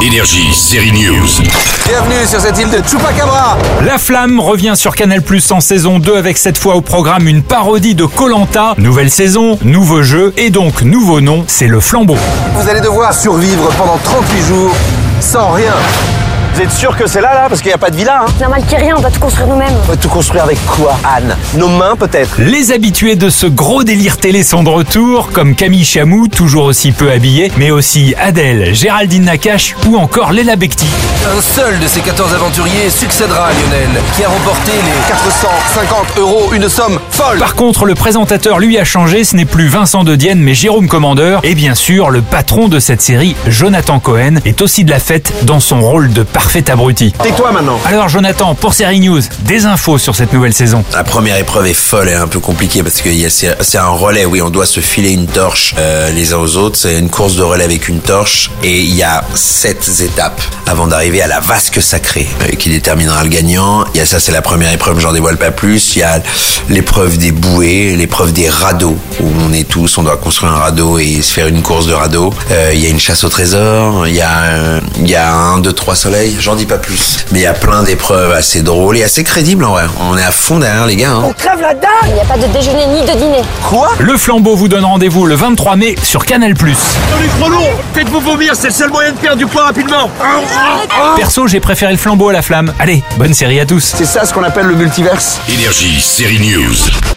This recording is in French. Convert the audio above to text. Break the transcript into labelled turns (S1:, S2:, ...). S1: Énergie, série News.
S2: Bienvenue sur cette île de Chupacabra
S3: La Flamme revient sur Canal Plus en saison 2 avec cette fois au programme une parodie de Colanta. Nouvelle saison, nouveau jeu et donc nouveau nom, c'est le flambeau.
S2: Vous allez devoir survivre pendant 38 jours sans rien. Vous êtes sûr que c'est là, là Parce qu'il n'y a pas de villa, hein
S4: Normal qu'il y ait rien, on doit tout construire nous-mêmes.
S2: On va tout construire avec quoi, Anne Nos mains, peut-être
S3: Les habitués de ce gros délire télé sont de retour, comme Camille Chamou, toujours aussi peu habillée, mais aussi Adèle, Géraldine Nakache ou encore Léla Becti.
S5: Un seul de ces 14 aventuriers succédera à Lionel, qui a remporté les...
S2: 450 euros, une somme folle
S3: Par contre, le présentateur lui a changé, ce n'est plus Vincent De Dienne mais Jérôme Commandeur. Et bien sûr, le patron de cette série, Jonathan Cohen, est aussi de la fête dans son rôle de parfait abruti.
S2: Tais-toi maintenant
S3: Alors Jonathan, pour Série News, des infos sur cette nouvelle saison.
S6: La première épreuve est folle et un peu compliquée parce que il y a- c'est c'est un relais, oui, on doit se filer une torche euh, les uns aux autres. C'est une course de relais avec une torche et il y a sept étapes avant d'arriver à la vasque sacrée euh, qui déterminera le gagnant. Il y a ça, c'est la première épreuve, j'en dévoile pas plus. Il y a l'épreuve des bouées, l'épreuve des radeaux où on est tous, on doit construire un radeau et se faire une course de radeau. Euh, Il y a une chasse au trésor, il y a euh, il y a un, deux, trois soleils, j'en dis pas plus. Mais il y a plein d'épreuves assez drôles et assez crédibles en vrai. On est à fond derrière les gars. hein.
S4: Il n'y a pas de déjeuner ni de dîner.
S2: Quoi
S3: Le flambeau vous donne rendez-vous le 23 mai sur Canal+.
S5: Faites-vous vomir, c'est le seul moyen de perdre du poids rapidement
S3: Perso, j'ai préféré le flambeau à la flamme. Allez, bonne série à tous.
S2: C'est ça ce qu'on appelle le multiverse
S1: Énergie, série News.